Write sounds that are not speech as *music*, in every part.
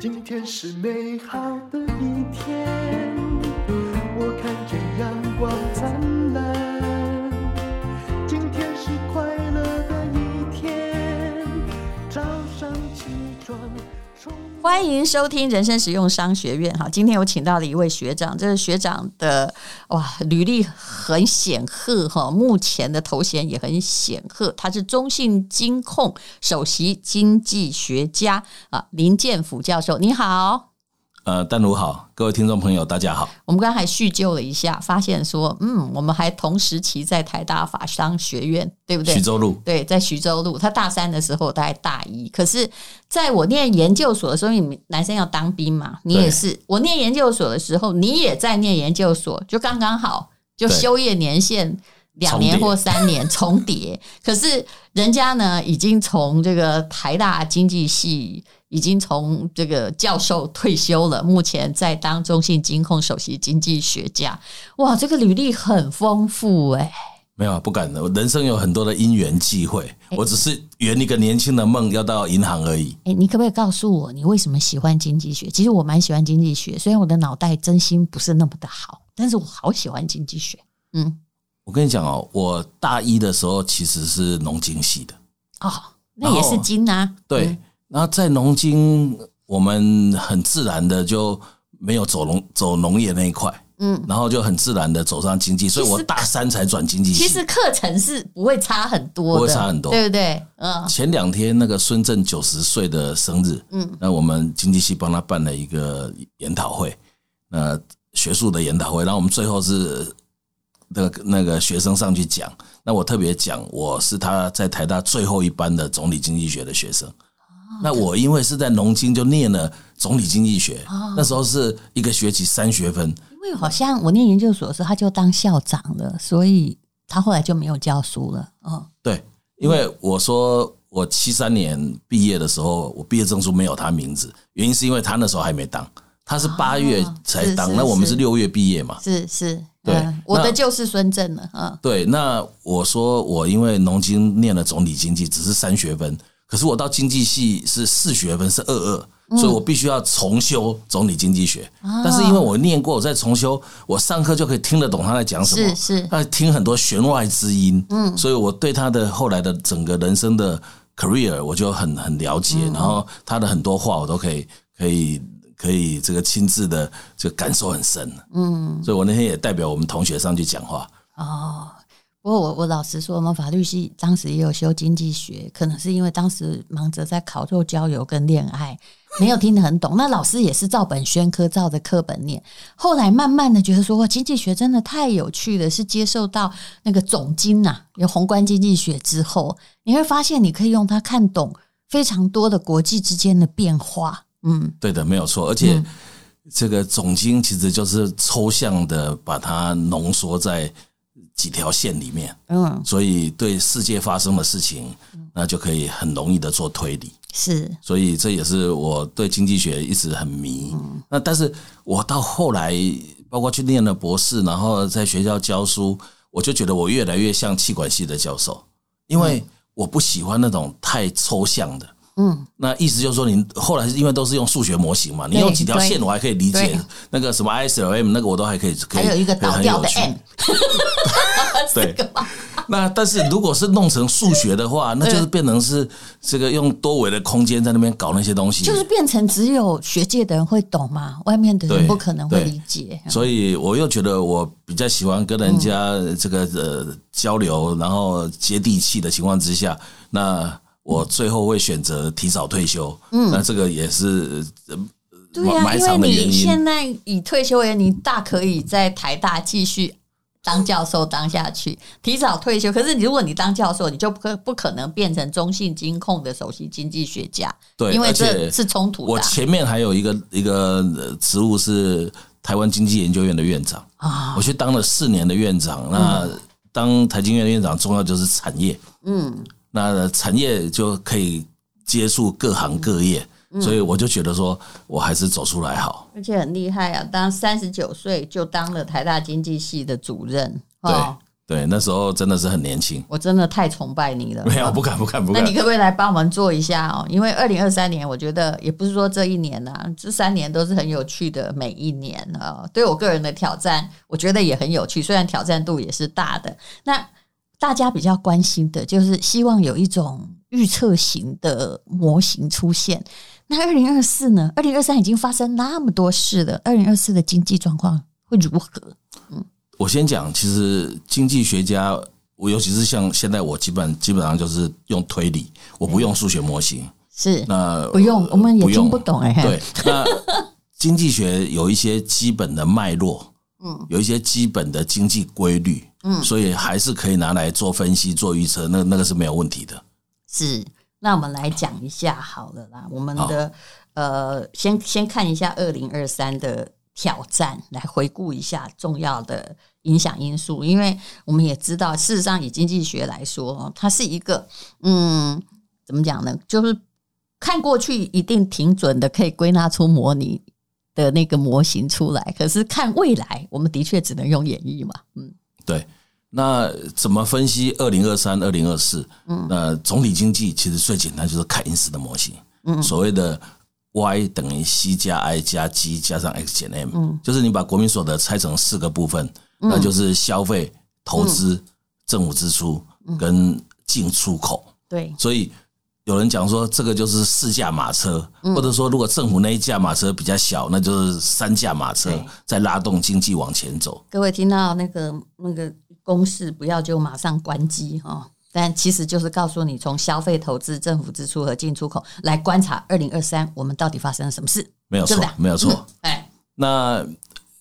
今天是美好的一天，我看见阳光灿烂。今天是快乐的一天，早上起床充满欢迎收听人生实用商学院哈，今天我请到了一位学长，这个学长的哇履历很显赫哈，目前的头衔也很显赫，他是中信金控首席经济学家啊林建甫教授，你好。呃，丹如好，各位听众朋友，大家好。我们刚才还叙旧了一下，发现说，嗯，我们还同时期在台大法商学院，对不对？徐州路，对，在徐州路。他大三的时候，大概大一。可是，在我念研究所的时候，你们男生要当兵嘛，你也是。我念研究所的时候，你也在念研究所，就刚刚好，就对休业年限两年重叠或三年重叠。可是人家呢，已经从这个台大经济系。已经从这个教授退休了，目前在当中信金控首席经济学家。哇，这个履历很丰富哎、没有啊不敢的，我人生有很多的因缘际会，我只是圆一个年轻的梦，要到银行而已。哎、你可不可以告诉我，你为什么喜欢经济学？其实我蛮喜欢经济学，虽然我的脑袋真心不是那么的好，但是我好喜欢经济学。嗯，我跟你讲哦，我大一的时候其实是农经系的，哦，那也是金啊。对。那在农经，我们很自然的就没有走农走农业那一块，嗯，然后就很自然的走上经济，所以其实我大三才转经济系。其实课程是不会差很多的，不会差很多对不对？嗯，前两天那个孙正九十岁的生日，嗯嗯，那我们经济系帮他办了一个研讨会，那呃学术的研讨会，然后我们最后是那个那个学生上去讲，那我特别讲我是他在台大最后一班的总理经济学的学生。哦那我因为是在农经就念了总理经济学，哦那时候是一个学期三学分，因为好像我念研究所的时候，他就当校长了，所以他后来就没有教书了。嗯，对，因为我说我七三年毕业的时候，我毕业证书没有他名字，原因是因为他那时候还没当，他是八月才当，哦是是那我们是是六月毕业嘛。是是，对嗯我的那就是孙正了。嗯，对，那我说我因为农经念了总理经济，只是三学分，可是我到经济系是四学分，是二二。所以我必须要重修总理经济学，但是因为我念过，我在重修，我上课就可以听得懂他在讲什么，是是他听很多弦外之音，嗯，所以我对他的后来的整个人生的 career 我就很很了解，然后他的很多话我都可以可以可以这个亲自的就感受很深，嗯，所以我那天也代表我们同学上去讲话，哦，不过我我老实说，我们法律系当时也有修经济学，可能是因为当时忙着在烤肉、交友跟恋爱，没有听得很懂。那 *laughs* 老师也是照本宣科，照着课本念。后来慢慢的觉得说，哇，经济学真的太有趣了，是接受到那个总经呐、有宏观经济学之后，你会发现你可以用它看懂非常多的国际之间的变化。嗯，对的，没有错。而且这个总经其实就是抽象的把它浓缩在几条线里面，嗯，所以对世界发生的事情，那就可以很容易的做推理。是，所以这也是我对经济学一直很迷。嗯那但是我到后来，包括去念了博士，然后在学校教书，我就觉得我越来越像气管系的教授，因为我不喜欢那种太抽象的。嗯，那意思就是说，你后来是因为都是用数学模型嘛，你对用几条线对我还可以理对解，那个什么 ISLM 那个我都还可以，可还以有一个倒掉的很有趣 M， *laughs* 对，那但是如果是弄成数学的话，那嗯就是变成是这个用多维的空间在那边搞那些东西，嗯就是变成只有学界的人会懂嘛，外面的人对不可能会对理解。所以我又觉得我比较喜欢跟人家这个呃交流，然后接地气的情况之下，那我最后会选择提早退休。嗯，那这个也是呃对呀、埋埋因为藏的原你嗯现因。在以退休为人，你大可以在台大继续当教授当下去，提早退休。可是你如果你当教授，你就不可不可能变成中信金控的首席经济学家，对因为而且这是冲突我的啊前面还有一个一个呃职务是台湾经济研究院的院长，啊。我去当了四年的院长。那当台经院的院长，重要就是产业。嗯，那产业就可以接触各行各业，所以我就觉得说我还是走出来好。而且很厉害啊，当三十九岁就当了台大经济系的主任，对哦对，那时候真的是很年轻，我真的太崇拜你了。没有不敢不敢不嗯那敢你，可不可以来帮我们做一下哦？因为二零二三年，我觉得也不是说这一年啊，这三年都是很有趣的，每一年啊、对我个人的挑战，我觉得也很有趣，虽然挑战度也是大的。那大家比较关心的就是希望有一种预测型的模型出现。那二零二四呢？二零二三已经发生那么多事了，二零二四的经济状况会如何？我先讲，其实经济学家，我尤其是像现在我基本基本上就是用推理，我不用数学模型。是那呃不用，我们也不听用啊不懂哎、对，那经济学有一些基本的脉络，嗯，有一些基本的经济规律，嗯所以还是可以拿来做分析、做预测，那那个是没有问题的。是，那我们来讲一下好了啦，我们的呃，先先看一下二零二三的挑战，来回顾一下重要的影响因素，因为我们也知道，事实上以经济学来说，哦它是一个嗯，怎么讲呢？就是看过去一定挺准的，可以归纳出模拟。的那个模型出来，可是看未来，我们的确只能用演绎嘛。嗯，对，那怎么分析二零二三、二零二四？嗯，那总体经济其实最简单就是凯因斯的模型，嗯，所谓的 Y 等于 C 加 I 加 G 加上 X 减 M，嗯，就是你把国民所得拆成四个部分，那就是消费、投资、政府支出跟进出口，对，所以。有人讲说，这个就是四驾马车，或者说，如果政府那一驾马车比较小，那就是三驾马车对在拉动经济往前走。各位听到那个那个公式，不要就马上关机哦。但其实就是告诉你，从消费、投资、政府支出和进出口来观察二零二三我们到底发生了什么事，没有对不错对？，没有错。嗯。哎，那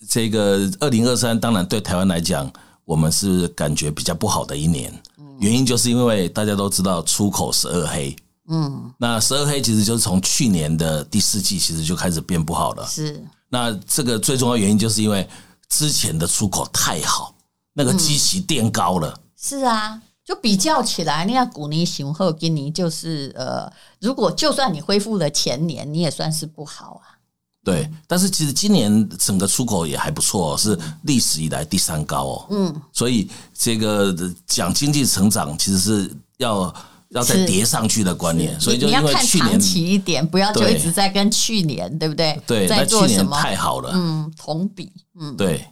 这个二零二三，当然对台湾来讲，我们是感觉比较不好的一年，原因就是因为大家都知道出口十二黑，嗯，那十二黑其实就是从去年的第四季其实就开始变不好了。是，那这个最重要原因就是因为之前的出口太好，那个基期垫高了。是啊。就比较起来，那样古尼雄厚跟你就是呃，如果就算你恢复了前年，你也算是不好啊。对，但是其实今年整个出口也还不错、哦，是历史以来第三高哦。嗯，所以这个讲经济成长其实是要要再是叠上去的观念，所以你就你要因为看去长年期一点，不要就对一直在跟去年，对不对？对，在那做去什年么？太好了，嗯，同比，嗯，对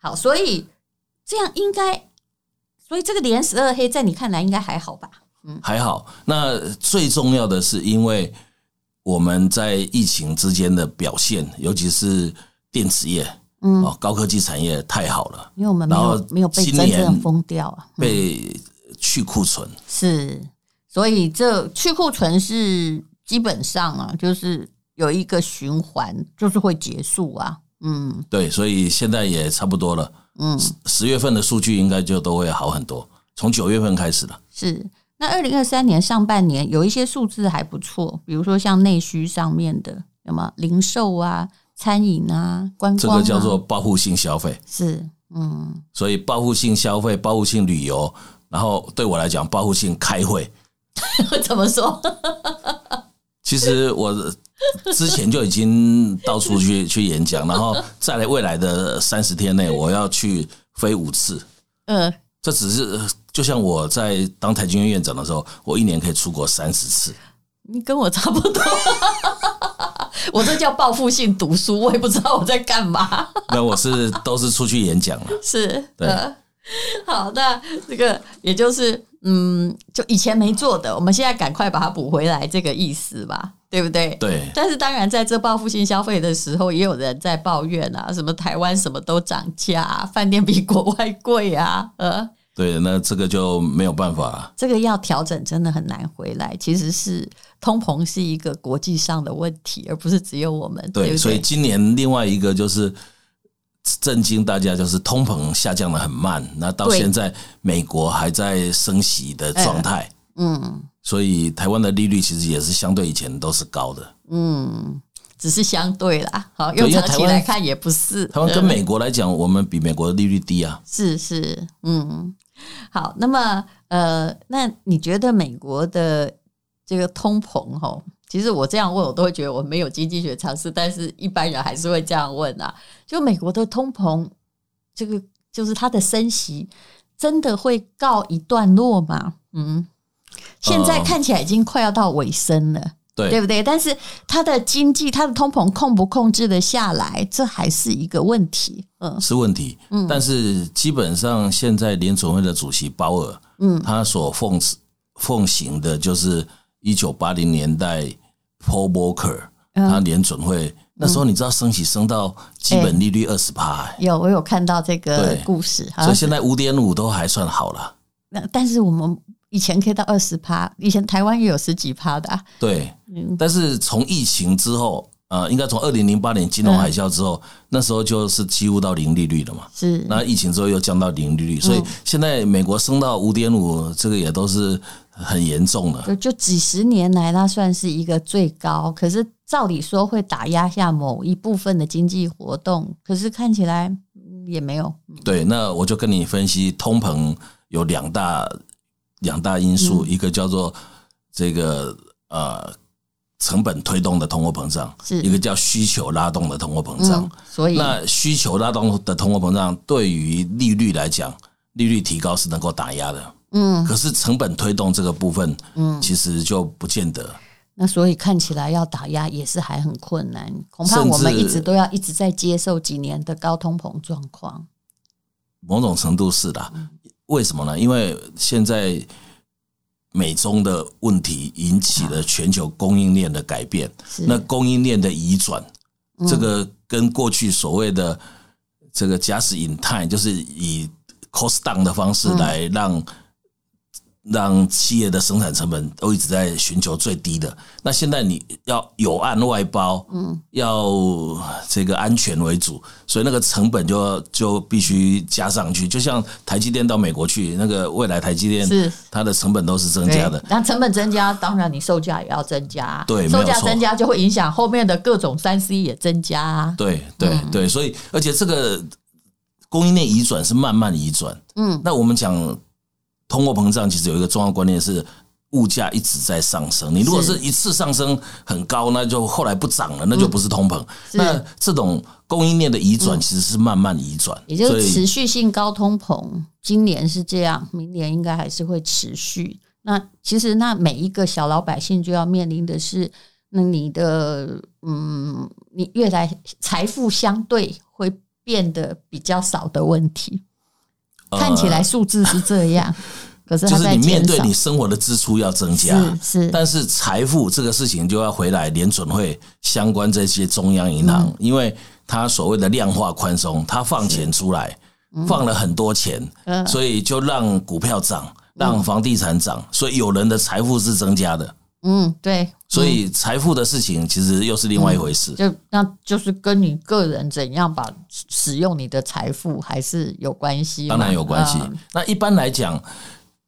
好，所以这样应该，所以这个连十二黑在你看来应该还好吧？还好。那最重要的是，因为我们在疫情之间的表现，尤其是电子业，嗯哦，高科技产业太好了，因为我们没然有后没有被今真正年封掉啊，被去库存。是，所以这去库存是基本上啊，就是有一个循环，就是会结束啊。嗯对，所以现在也差不多了。嗯，十月份的数据应该就都会好很多，从九月份开始了。是。那二零二三年上半年有一些数字还不错，比如说像内需上面的，什么零售啊、餐饮啊、观这光、啊，个叫做报复性消费，是， *laughs* 嗯，所以报复性消费、报复性旅游，然后对我来讲，报复性开会。怎么 *laughs* 说？其实我之前就已经到处去 *laughs* 去演讲，然后再来未来的三十天内，我要去飞五次。嗯，这只是就像我在当台经院院长的时候，我一年可以出国三十次。你跟我差不多， *laughs* 我这叫报复性读书，我也不知道我在干嘛。那我是都是出去演讲了。 *laughs* 是，对呃好，那这个也就是，嗯，就以前没做的，我们现在赶快把它补回来，这个意思吧，对不对？对，但是当然，在这报复性消费的时候，也有人在抱怨啊，什么台湾什么都涨价、啊，饭店比国外贵啊，呃，对，那这个就没有办法了。这个要调整真的很难回来。其实是通膨是一个国际上的问题，而不是只有我们，对不对，对？所以今年另外一个就是震惊大家，就是通膨下降的很慢，那到对现在美国还在升息的状态，嗯。所以台湾的利率其实也是相对以前都是高的。嗯，只是相对啦，好，对用因为长期台湾来看也不是。台湾跟嗯美国来讲，我们比美国的利率低啊。是是，嗯，好，那么呃，那你觉得美国的这个通膨吼？其实我这样问，我都会觉得我没有经济学常识，但是一般人还是会这样问啊。就美国的通膨，这个就是它的升息，真的会告一段落吗？嗯，现在呃看起来已经快要到尾声了。对对不对？但是它的经济、它的通膨控不控制得下来，这还是一个问题。嗯是问题。但是基本上现在联储会的主席鲍尔，嗯，他所奉持奉行的就是一九八零年代 Paul Volcker，、他嗯联准会那时候你知道升息升到基哎本利率二十趴，欸有我有看到这个对故事，好像啊所以是现在五点五都还算好了。那但是我们以前可以到二十趴，以前台湾也有十几趴的啊、对，但是从疫情之后，呃，应该从二零零八年金融海啸之嗯后，那时候就是几乎到零利率了嘛。是那疫情之后又降到零利嗯率，所以现在美国升到五点五，这个也都是很严重的。就就几十年来，它算是一个最高，可是照理说会打压下某一部分的经济活动，可是看起来嗯也没有。对，那我就跟你分析，通膨有两大两大因素，嗯一个叫做这个呃成本推动的通货膨胀，是一个叫需求拉动的通货膨胀。嗯，所以那需求拉动的通货膨胀，对于利率来讲，利率提高是能够打压的。嗯，可是成本推动这个部分，嗯，其实就不见得。那所以看起来要打压也是还很困难，恐怕甚至我们一直都要一直在接受几年的高通膨状况。某种程度是啦。为什么呢？因为现在美中的问题引起了全球供应链的改变，是嗯那供应链的移转，这个跟过去所谓的这个 just in time，就是以 cost down 的方嗯式来让。让企业的生产成本都一直在寻求最低的。那现在你要有案外包，嗯，要这个安全为主，所以那个成本就就必须加上去。就像台积电到美国去，那个未来台积是电它的成本都是增对加的，那成本增加，当然你售价也要增加，对没有售价错增加就会影响后面的各种三 C 也增加啊。对对对，所以而且这个供应链移转是慢慢移转。嗯，那我们讲通货膨胀，其实有一个重要观念是。物价一直在上升，你如果是嗯是一次上升很高，那就后来不涨了，那就不是通膨。那这种供应链的移转其实是慢慢移转，也就所是以持续性高通膨，今年是这样，明年应该还是会持续。那其实，那每一个小老百姓就要面临的是，那你的嗯，你越来财富相对会变得比较少的问题。看起来数字是这 *laughs* 样，可是呃就它是在你面减对少你。生活的支出要增加，是是但是财富这个事情就要回来联准会相关这些中央银嗯行，因为它所谓的量化宽松，它放钱出来，嗯放了很多钱，所以就让股票嗯涨，让房地产涨，所以有人的财富是增加的，嗯，对，嗯所以财富的事情其实又是另外一回事。就那就是跟你个人怎样把使用你的财富还是有关系嘛，当然有关系嗯。那一般来讲，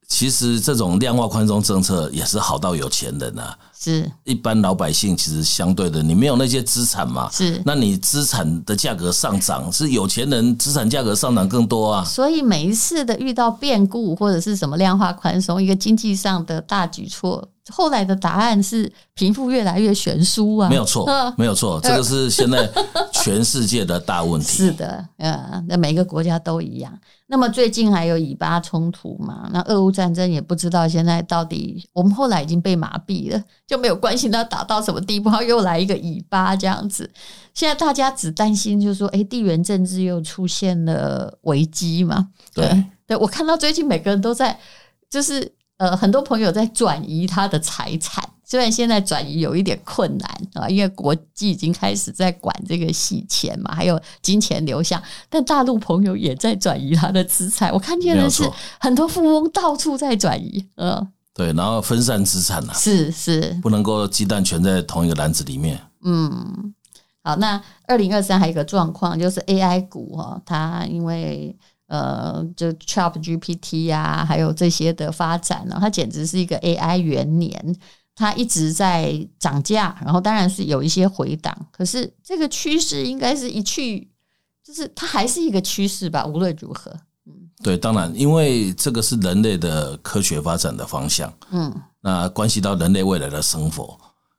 其实这种量化宽松政策也是好到有钱人啊。是一般老百姓其实相对的，你没有那些资产嘛，是那你资产的价格上涨，是有钱人资产价格上涨更多啊。所以每一次的遇到变故或者是什么量化宽松，一个经济上的大举措，后来的答案是贫富越来越悬殊啊。没有错嗯，没有错，这个是现在全世界的大问 *laughs* 题。是的，呃，那每个国家都一样。那么最近还有以巴冲突嘛？那俄乌战争也不知道现在到底，我们后来已经被麻痹了，就没有关心它打到什么地步，然后又来一个以巴这样子。现在大家只担心，就是说，哎，地缘政治又出现了危机嘛？对呃对，我看到最近每个人都在，就是呃，很多朋友在转移他的财产。虽然现在转移有一点困难啊，因为国际已经开始在管这个洗钱嘛，还有金钱流向，但大陆朋友也在转移他的资产。我看见没的有是错很多富翁到处在转移，嗯，对，然后分散资产啊，是是，不能够鸡蛋全在同一个篮子里面。嗯，好，那二零二三还有一个状况就是 AI 股哦，它因为呃，就 Chat GPT 呀、啊还有这些的发展哦呢、它简直是一个 AI 元年，它一直在涨价，然后当然是有一些回档，可是这个趋势应该是一去，就是它还是一个趋势吧，无论如何，对，当然，因为这个是人类的科学发展的方向，嗯，那关系到人类未来的生活。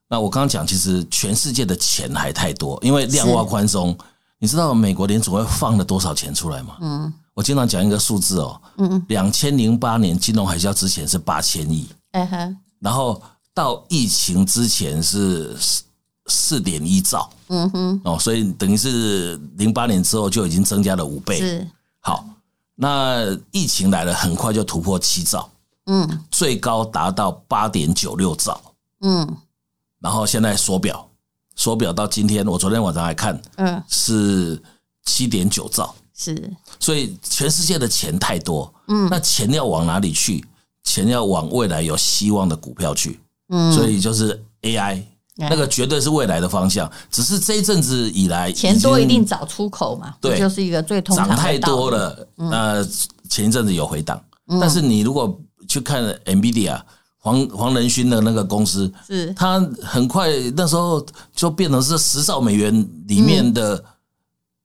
那我刚刚讲，其实全世界的钱还太多，因为量化宽松，你知道美国联储会放了多少钱出来吗？嗯，我经常讲一个数字哦，嗯嗯，两千零八年金融海啸之前是八千亿，哎哈，然后到疫情之前是四四点一兆嗯哼，哦，所以等于是零八年之后就已经增加了五倍。是，好，那疫情来了，很快就突破七兆，嗯最高达到八点九六兆，嗯然后现在缩表，缩表到今天，我昨天晚上还看嗯，是七点九兆，是，所以全世界的钱太多，嗯那钱要往哪里去？钱要往未来有希望的股票去，嗯，所以就是 AI。哎那个绝对是未来的方向，只是这一阵子以来已钱多一经定找出口嘛，对这就是一个最通常涨的太道理多，了。嗯呃，前一阵子有回档，但是你如果去看 NVIDIA 黄黄仁勋的那个公司，是，它很快那时候就变成是十兆美元里面的、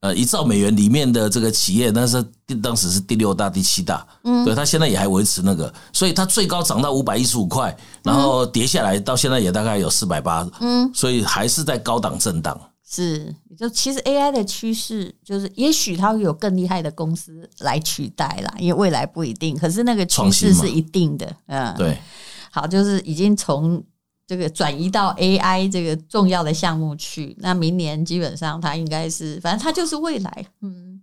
呃一兆美元里面的这个企业，那是第当时是第六大、第七大，嗯，对，它现在也还维持那个，所以它最高涨到五百一十五块，然后跌下来到现在也大概有四百八，嗯，所以还是在高档震荡。是，就其实 AI 的趋势就是，也许它会有更厉害的公司来取代啦，因为未来不一定，可是那个趋创新势嘛是一定的，嗯，，对，好，就是已经从这个转移到 AI 这个重要的项目去。那明年基本上它应该是，反正它就是未来。嗯，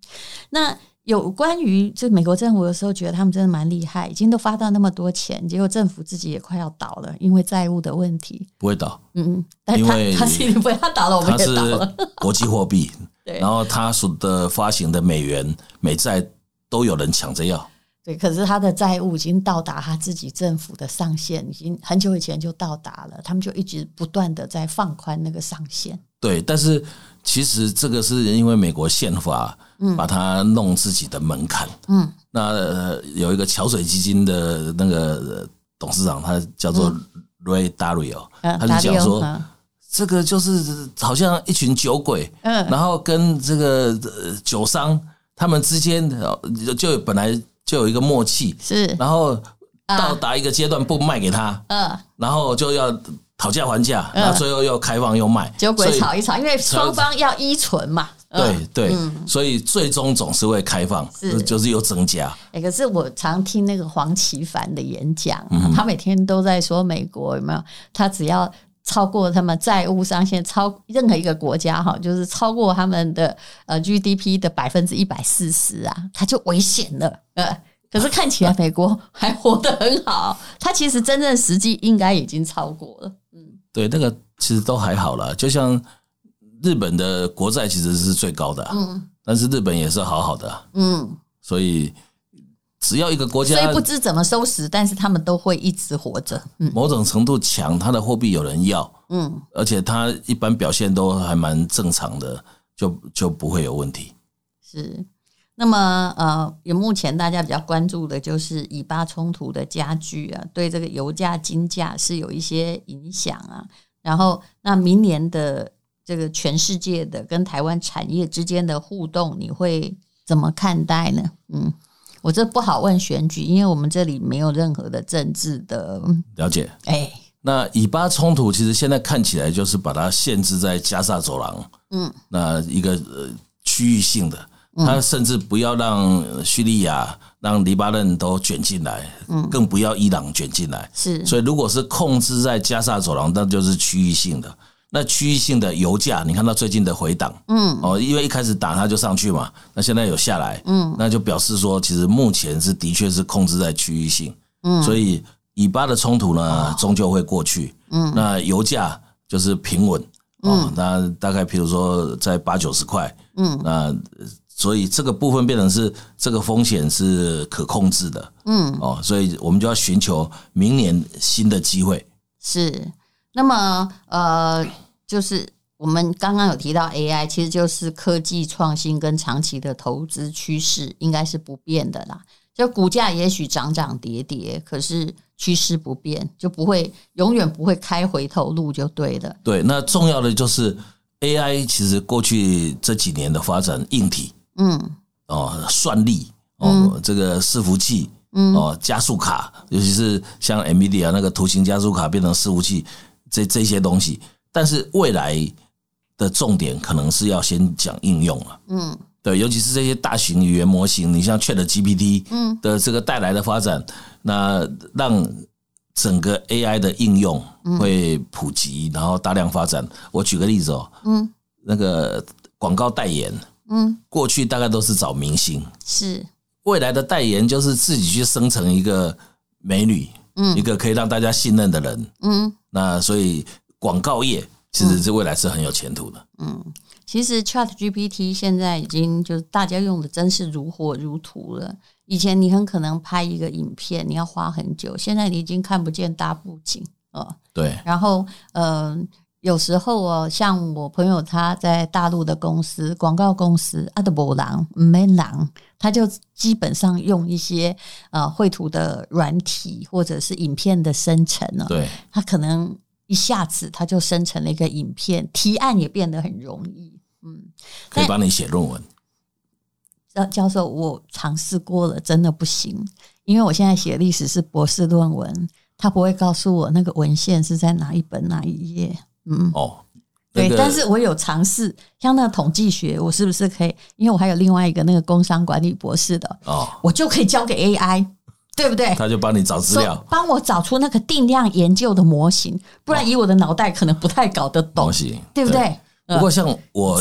那有关于这美国政府的时候，觉得他们真的蛮厉害，已经都发到那么多钱，结果政府自己也快要倒了，因为债务的问题。不会倒，嗯，但因它为它是不要倒了，我它们也是倒了。国际货币， *laughs* 对然后它所的发行的美元、美债都有人抢着要。对，可是他的债务已经到达他自己政府的上限，已经很久以前就到达了，他们就一直不断的在放宽那个上限。嗯对，但是其实这个是因为美国宪法把它弄自己的门槛。嗯，那呃有一个桥水基金的那个呃董事长，他叫做 Ray Dalio，、嗯他就讲说。达利欧嗯这个就是好像一群酒鬼，嗯然后跟这个呃酒商他们之间呃就就本来就有一个默契，是，然后到达一个阶段不卖给他，嗯，然后就要讨价还价，然后最后又开放又卖，酒鬼所以吵一吵，因为吵双方要依存嘛。嗯对对，所以最终总是会开放，是就是又增加。欸可是我常听那个黄奇帆的演讲啊、他每天都在说美国有没有？他只要超过他们债务上限，超任何一个国家哈，就是超过他们的呃 GDP 的百分之一百四十啊，他就危险了。呃，可是看起来美国还活得很好，他其实真正实际应该已经超过了。对，那个其实都还好啦，就像日本的国债其实是最高的啊、嗯但是日本也是好好的啊、嗯，所以只要一个国所以家不知怎么收拾，但是他们都会一直活着。嗯某种程度强，它的货币有人要，嗯。而且它一般表现都还蛮正常的，就就不会有问题。是。那么，呃，也目前大家比较关注的就是以巴冲突的加剧啊，对这个油价、金价是有一些影响啊。然后，那明年的这个全世界的跟台湾产业之间的互动，你会怎么看待呢？嗯，我这不好问选举，因为我们这里没有任何的政治的，嗯了解。哎，那以巴冲突其实现在看起来就是把它限制在加沙走廊，嗯，那一个呃区域性的，它甚至不要让呃叙利亚、让黎巴嫩都卷进来，嗯，更不要伊朗卷进来。是，所以如果是控制在加沙走廊，那就是区域性的。那区域性的油价，你看到最近的回档，嗯，哦，因为一开始打它就上去嘛，那现在有下来，嗯，那就表示说，其实目前是的确是控制在区域性，嗯，所以以巴的冲突呢，终究会过去，嗯，那油价就是平稳，哦，那大概譬如说在八九十块，嗯，那呃所以这个部分变成是这个风险是可控制的，嗯，哦，所以我们就要寻求明年新的机会，是，那么呃，就是我们刚刚有提到 AI，其实就是科技创新跟长期的投资趋势应该是不变的啦。就股价也许涨涨跌跌，可是趋势不变，就不会永远不会开回头路就对了。对，那重要的就是 AI，其实过去这几年的发展，硬体嗯哦、算力哦、这个伺服器哦、加速卡，尤其是像 NVIDIA 那个图形加速卡变成伺服器，这这些东西，但是未来的重点可能是要先讲应用了。嗯，对，尤其是这些大型语言模型，你像 Chat GPT，嗯的这个带来的发展，那让整个 AI 的应用嗯会普及，然后大量发展。我举个例子哦，嗯那个广告代言，嗯，过去大概都是找明星，是，未来的代言就是自己去生成一个美女，嗯一个可以让大家信任的人。嗯那所以广告业其实是未来是很有前途的。嗯。其实 Chat GPT 现在已经就是大家用的真是如火如荼了。以前你很可能拍一个影片，你要花很久，现在你已经看不见大布景哦。对，然后，呃，有时候哦，像我朋友他在大陆的公司，广告公司，阿德伯狼没狼，他就基本上用一些呃绘图的软体或者是影片的生成哦，对，他可能一下子他就生成了一个影片，提案也变得很容易。嗯，可以但帮你写论文。呃，教授，我尝试过了，真的不行，因为我现在写历史是博士论文，他不会告诉我那个文献是在哪一本哪一页。嗯，哦，对，那个但是我有尝试，像那个统计学，我是不是可以？因为我还有另外一个那个工商管理博士的，哦，我就可以交给 AI，对不对？他就帮你找资料说。帮我找出那个定量研究的模型，不然以我的脑袋可能不太搞得懂东，西，对不呃对？不过像我，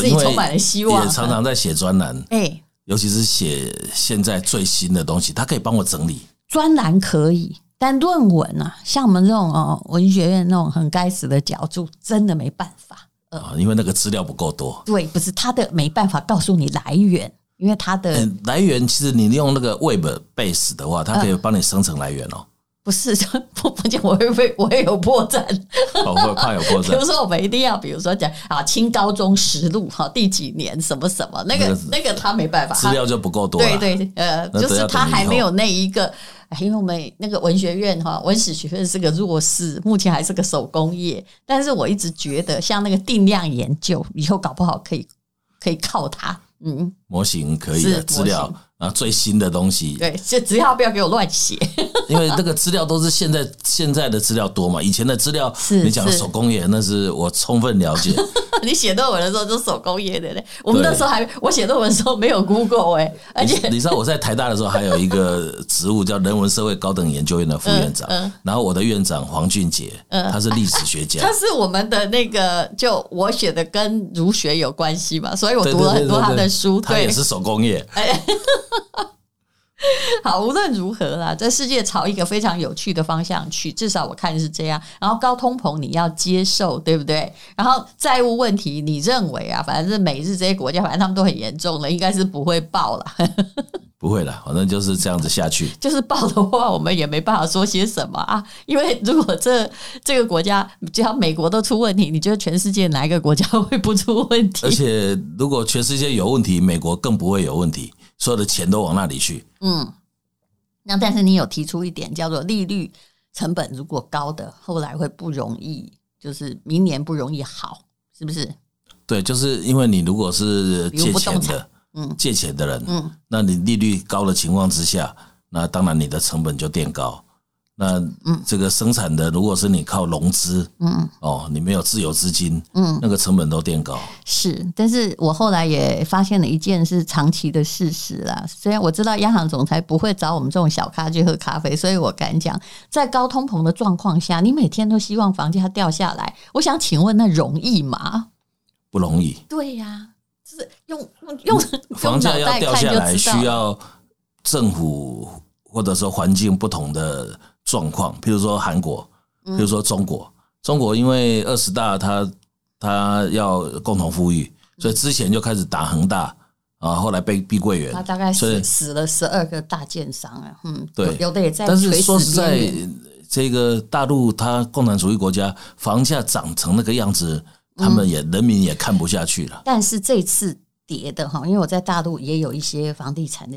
嗯自己因为充满了希望也常常在写专栏，哎，尤其是写现在最新的东西，它可以帮我整理。专栏可以，但论文啊，像我们这种哦文学院那种很该死的角注，真的没办法。啊，因为那个资料不够多。对，不是他的没办法告诉你来源，因为他的嗯，来源其实你用那个 Web Base 的话，它可以帮你生成来源 *laughs* 哦。不是不不见我会被我会有破绽。我哦会怕有破比如绽。说，我们一定要，比如说讲啊，清高中实录哈，第几年什么什么，那那个个那个他没办法，资他料就不够多对了。对，呃，那就等是到他等以还没后有那一个，哎因为我们那个文学院哈，文史学院是个弱势，目前还是个手工业。但是我一直觉得，像那个定量研究，以后搞不好可以 *laughs* 可以靠它。嗯，模型可以是的模型资料，然后最新的东西，对，就只要不要给我乱写， *laughs* 因为那个资料都是现在现在的资料多嘛，以前的资料是你讲的是手工业那是我充分了解，你写论文的时候就手工业的嘞。我们对那时候还我写论文的时候没有 Google 哎、而且你你知道我在台大的时候，还有一个职务叫人文社会高等研究院的副院长，嗯嗯嗯然后我的院长黄俊杰，他是历史学家，他是我们的那个，就我写的跟儒学有关系嘛，所以我对读了很多他对对对的书。对他哎也，是手工业， *laughs* 好，无论如何啦，这世界朝一个非常有趣的方向去，至少我看是这样。然后高通膨你要接受，对不对？然后债务问题，你认为啊，反正美日这些国家，反正他们都很严重了，应该是不会报啦。 *laughs* 不会啦，反正就是这样子下去。就是报的话，我们也没办法说些什么啊，因为如果这这个国家只要美国都出问题，你觉得全世界哪一个国家会不出问题而？且如果全世界有问题，美国更不会有问题，所有的钱都往那里去。嗯，那但是你有提出一点叫做利率成本如果高的，后来会不容易，就是明年不容易好，是不是？对，就是因为你如果是比如借不动钱产的，嗯借钱的人，嗯那你利率高的情况之下，那当然你的成本就变高。那这个生产的，如果是你靠融资，嗯哦，你没有自有资金，嗯，那个成本都垫高。是。但是我后来也发现了一件是长期的事实啦。虽然我知道央行总裁不会找我们这种小咖去喝咖啡，所以我敢讲，在高通膨的状况下，你每天都希望房价掉下来，我想请问，那容易吗？不容易，对呀、就是用用用房价用脑要袋掉看下就来，知道需要政府或者说环境不同的状况，譬如说韩国，嗯譬如说中国，中国因为二十大它它要共同富裕，嗯所以之前就开始打恒大啊，后来被碧桂园他，大概所以死死了十二个大建商啊，嗯，对有的也在但是垂说实死边在缘。，这个大陆它共产主义国家房价涨成那个样子，他嗯们也人民也看不下去了。但是这次跌的哈，因为我在大陆也有一些房地产的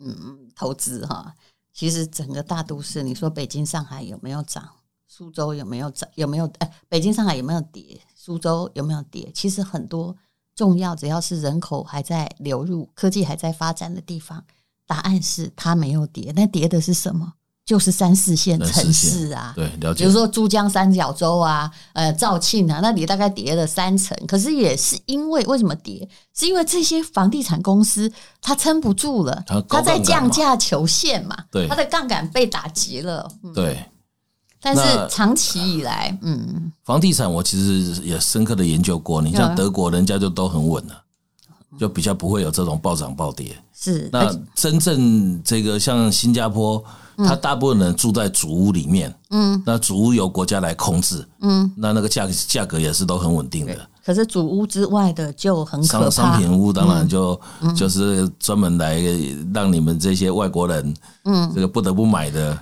嗯投资哈，其实整个大都市，你说北京、上海有没有涨？苏州有没有涨？有没有？哎，北京、上海有没有跌？苏州有没有跌？其实很多重要，只要是人口还在流入、科技还在发展的地方，答案是它没有跌。那跌的是什么？就是三四线三四城线市啊，对，了比解如。说珠江三角洲啊，呃，肇庆啊，那里大概跌了三成。可是也是因为为什么跌？是因为这些房地产公司它撑不住了它，高它杠杆在嘛降价求现嘛，对它的杠杆被打击了。嗯，对，但那是长期以来，嗯，房地产我其实也深刻的研究过，你嗯像德国人家就都很稳了、就比较不会有这种暴涨暴跌。是那真正这个像新加坡，它大部分人住在主屋里面，嗯那主屋由国家来控制，嗯。那那个价价格也是都很稳定的。可是主屋之外的就很可商商怕，嗯品屋当然就、就是专门来让你们这些外国人，嗯，这个不得不买的，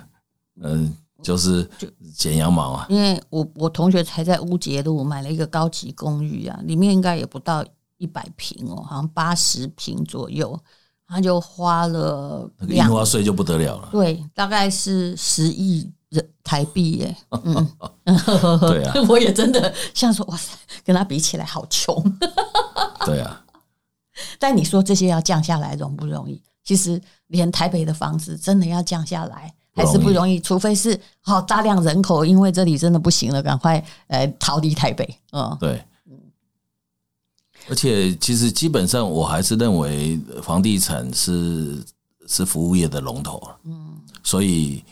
嗯、就是剪羊毛啊，因为我我同学才在乌节路买了一个高级公寓啊，里面应该也不到一百平哦，好像八十平左右，他就花了那个印两花税就不得了了。对，大概是十亿人台币 *laughs* 耶。嗯，对啊， *laughs* 我也真的想说，哇塞，跟他比起来好穷。对啊，但你说这些要降下来容不容易？其实连台北的房子真的要降下来。还是不不容易容易，除非是好、大量人口，因为这里真的不行了，赶快呃逃离台北。嗯，对。而且其实基本上我还是认为房地产是是服务业的龙头啊，嗯，所以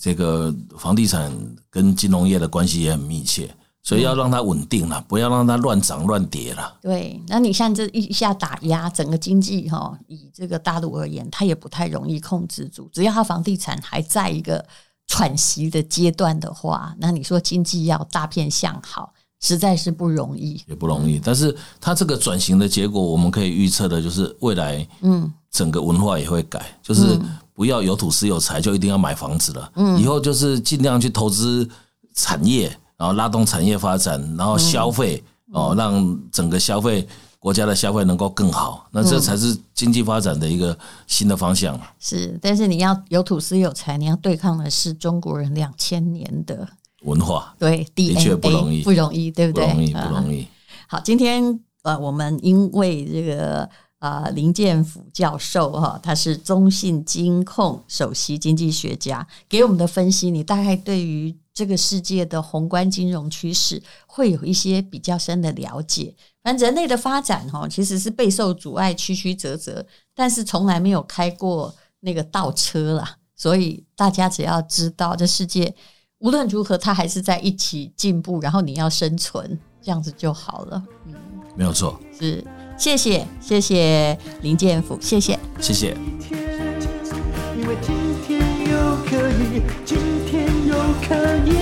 这个房地产跟金融业的关系也很密切，所以要让它稳定了，不要让它乱涨乱跌了。对，那你像这一下打压整个经济哈、以这个大陆而言，它也不太容易控制住。只要它房地产还在一个喘息的阶段的话，那你说经济要大片向好，实在是不容易。也不容易。但是它这个转型的结果，我们可以预测的就是未来，嗯，整个文化也会改，就是不要有土是有财就一定要买房子了，嗯，以后就是尽量去投资产业，然后拉动产业发展，然后消费、哦，让整个消费。国家的消费能够更好，那这才是经济发展的一个新的方向。是，但是你要有土司有财，你要对抗的是中国人两千年的文化对 DNA，确不容易不容易，对不对？容易，不啊容易。好，今天呃，我们因为这个呃林建甫教授哈、他是中信金控首席经济学家，给我们的分析，你大概对于这个世界的宏观金融趋势会有一些比较深的了解。反正人类的发展哈、哦，其实是备受阻碍，曲曲折折，但是从来没有开过那个倒车啦。所以大家只要知道，这世界无论如何，它还是在一起进步，然后你要生存，这样子就好了。没有错，是，谢谢，谢谢林建甫，谢谢。谢谢。一天，因为今天又可以，今天又可以。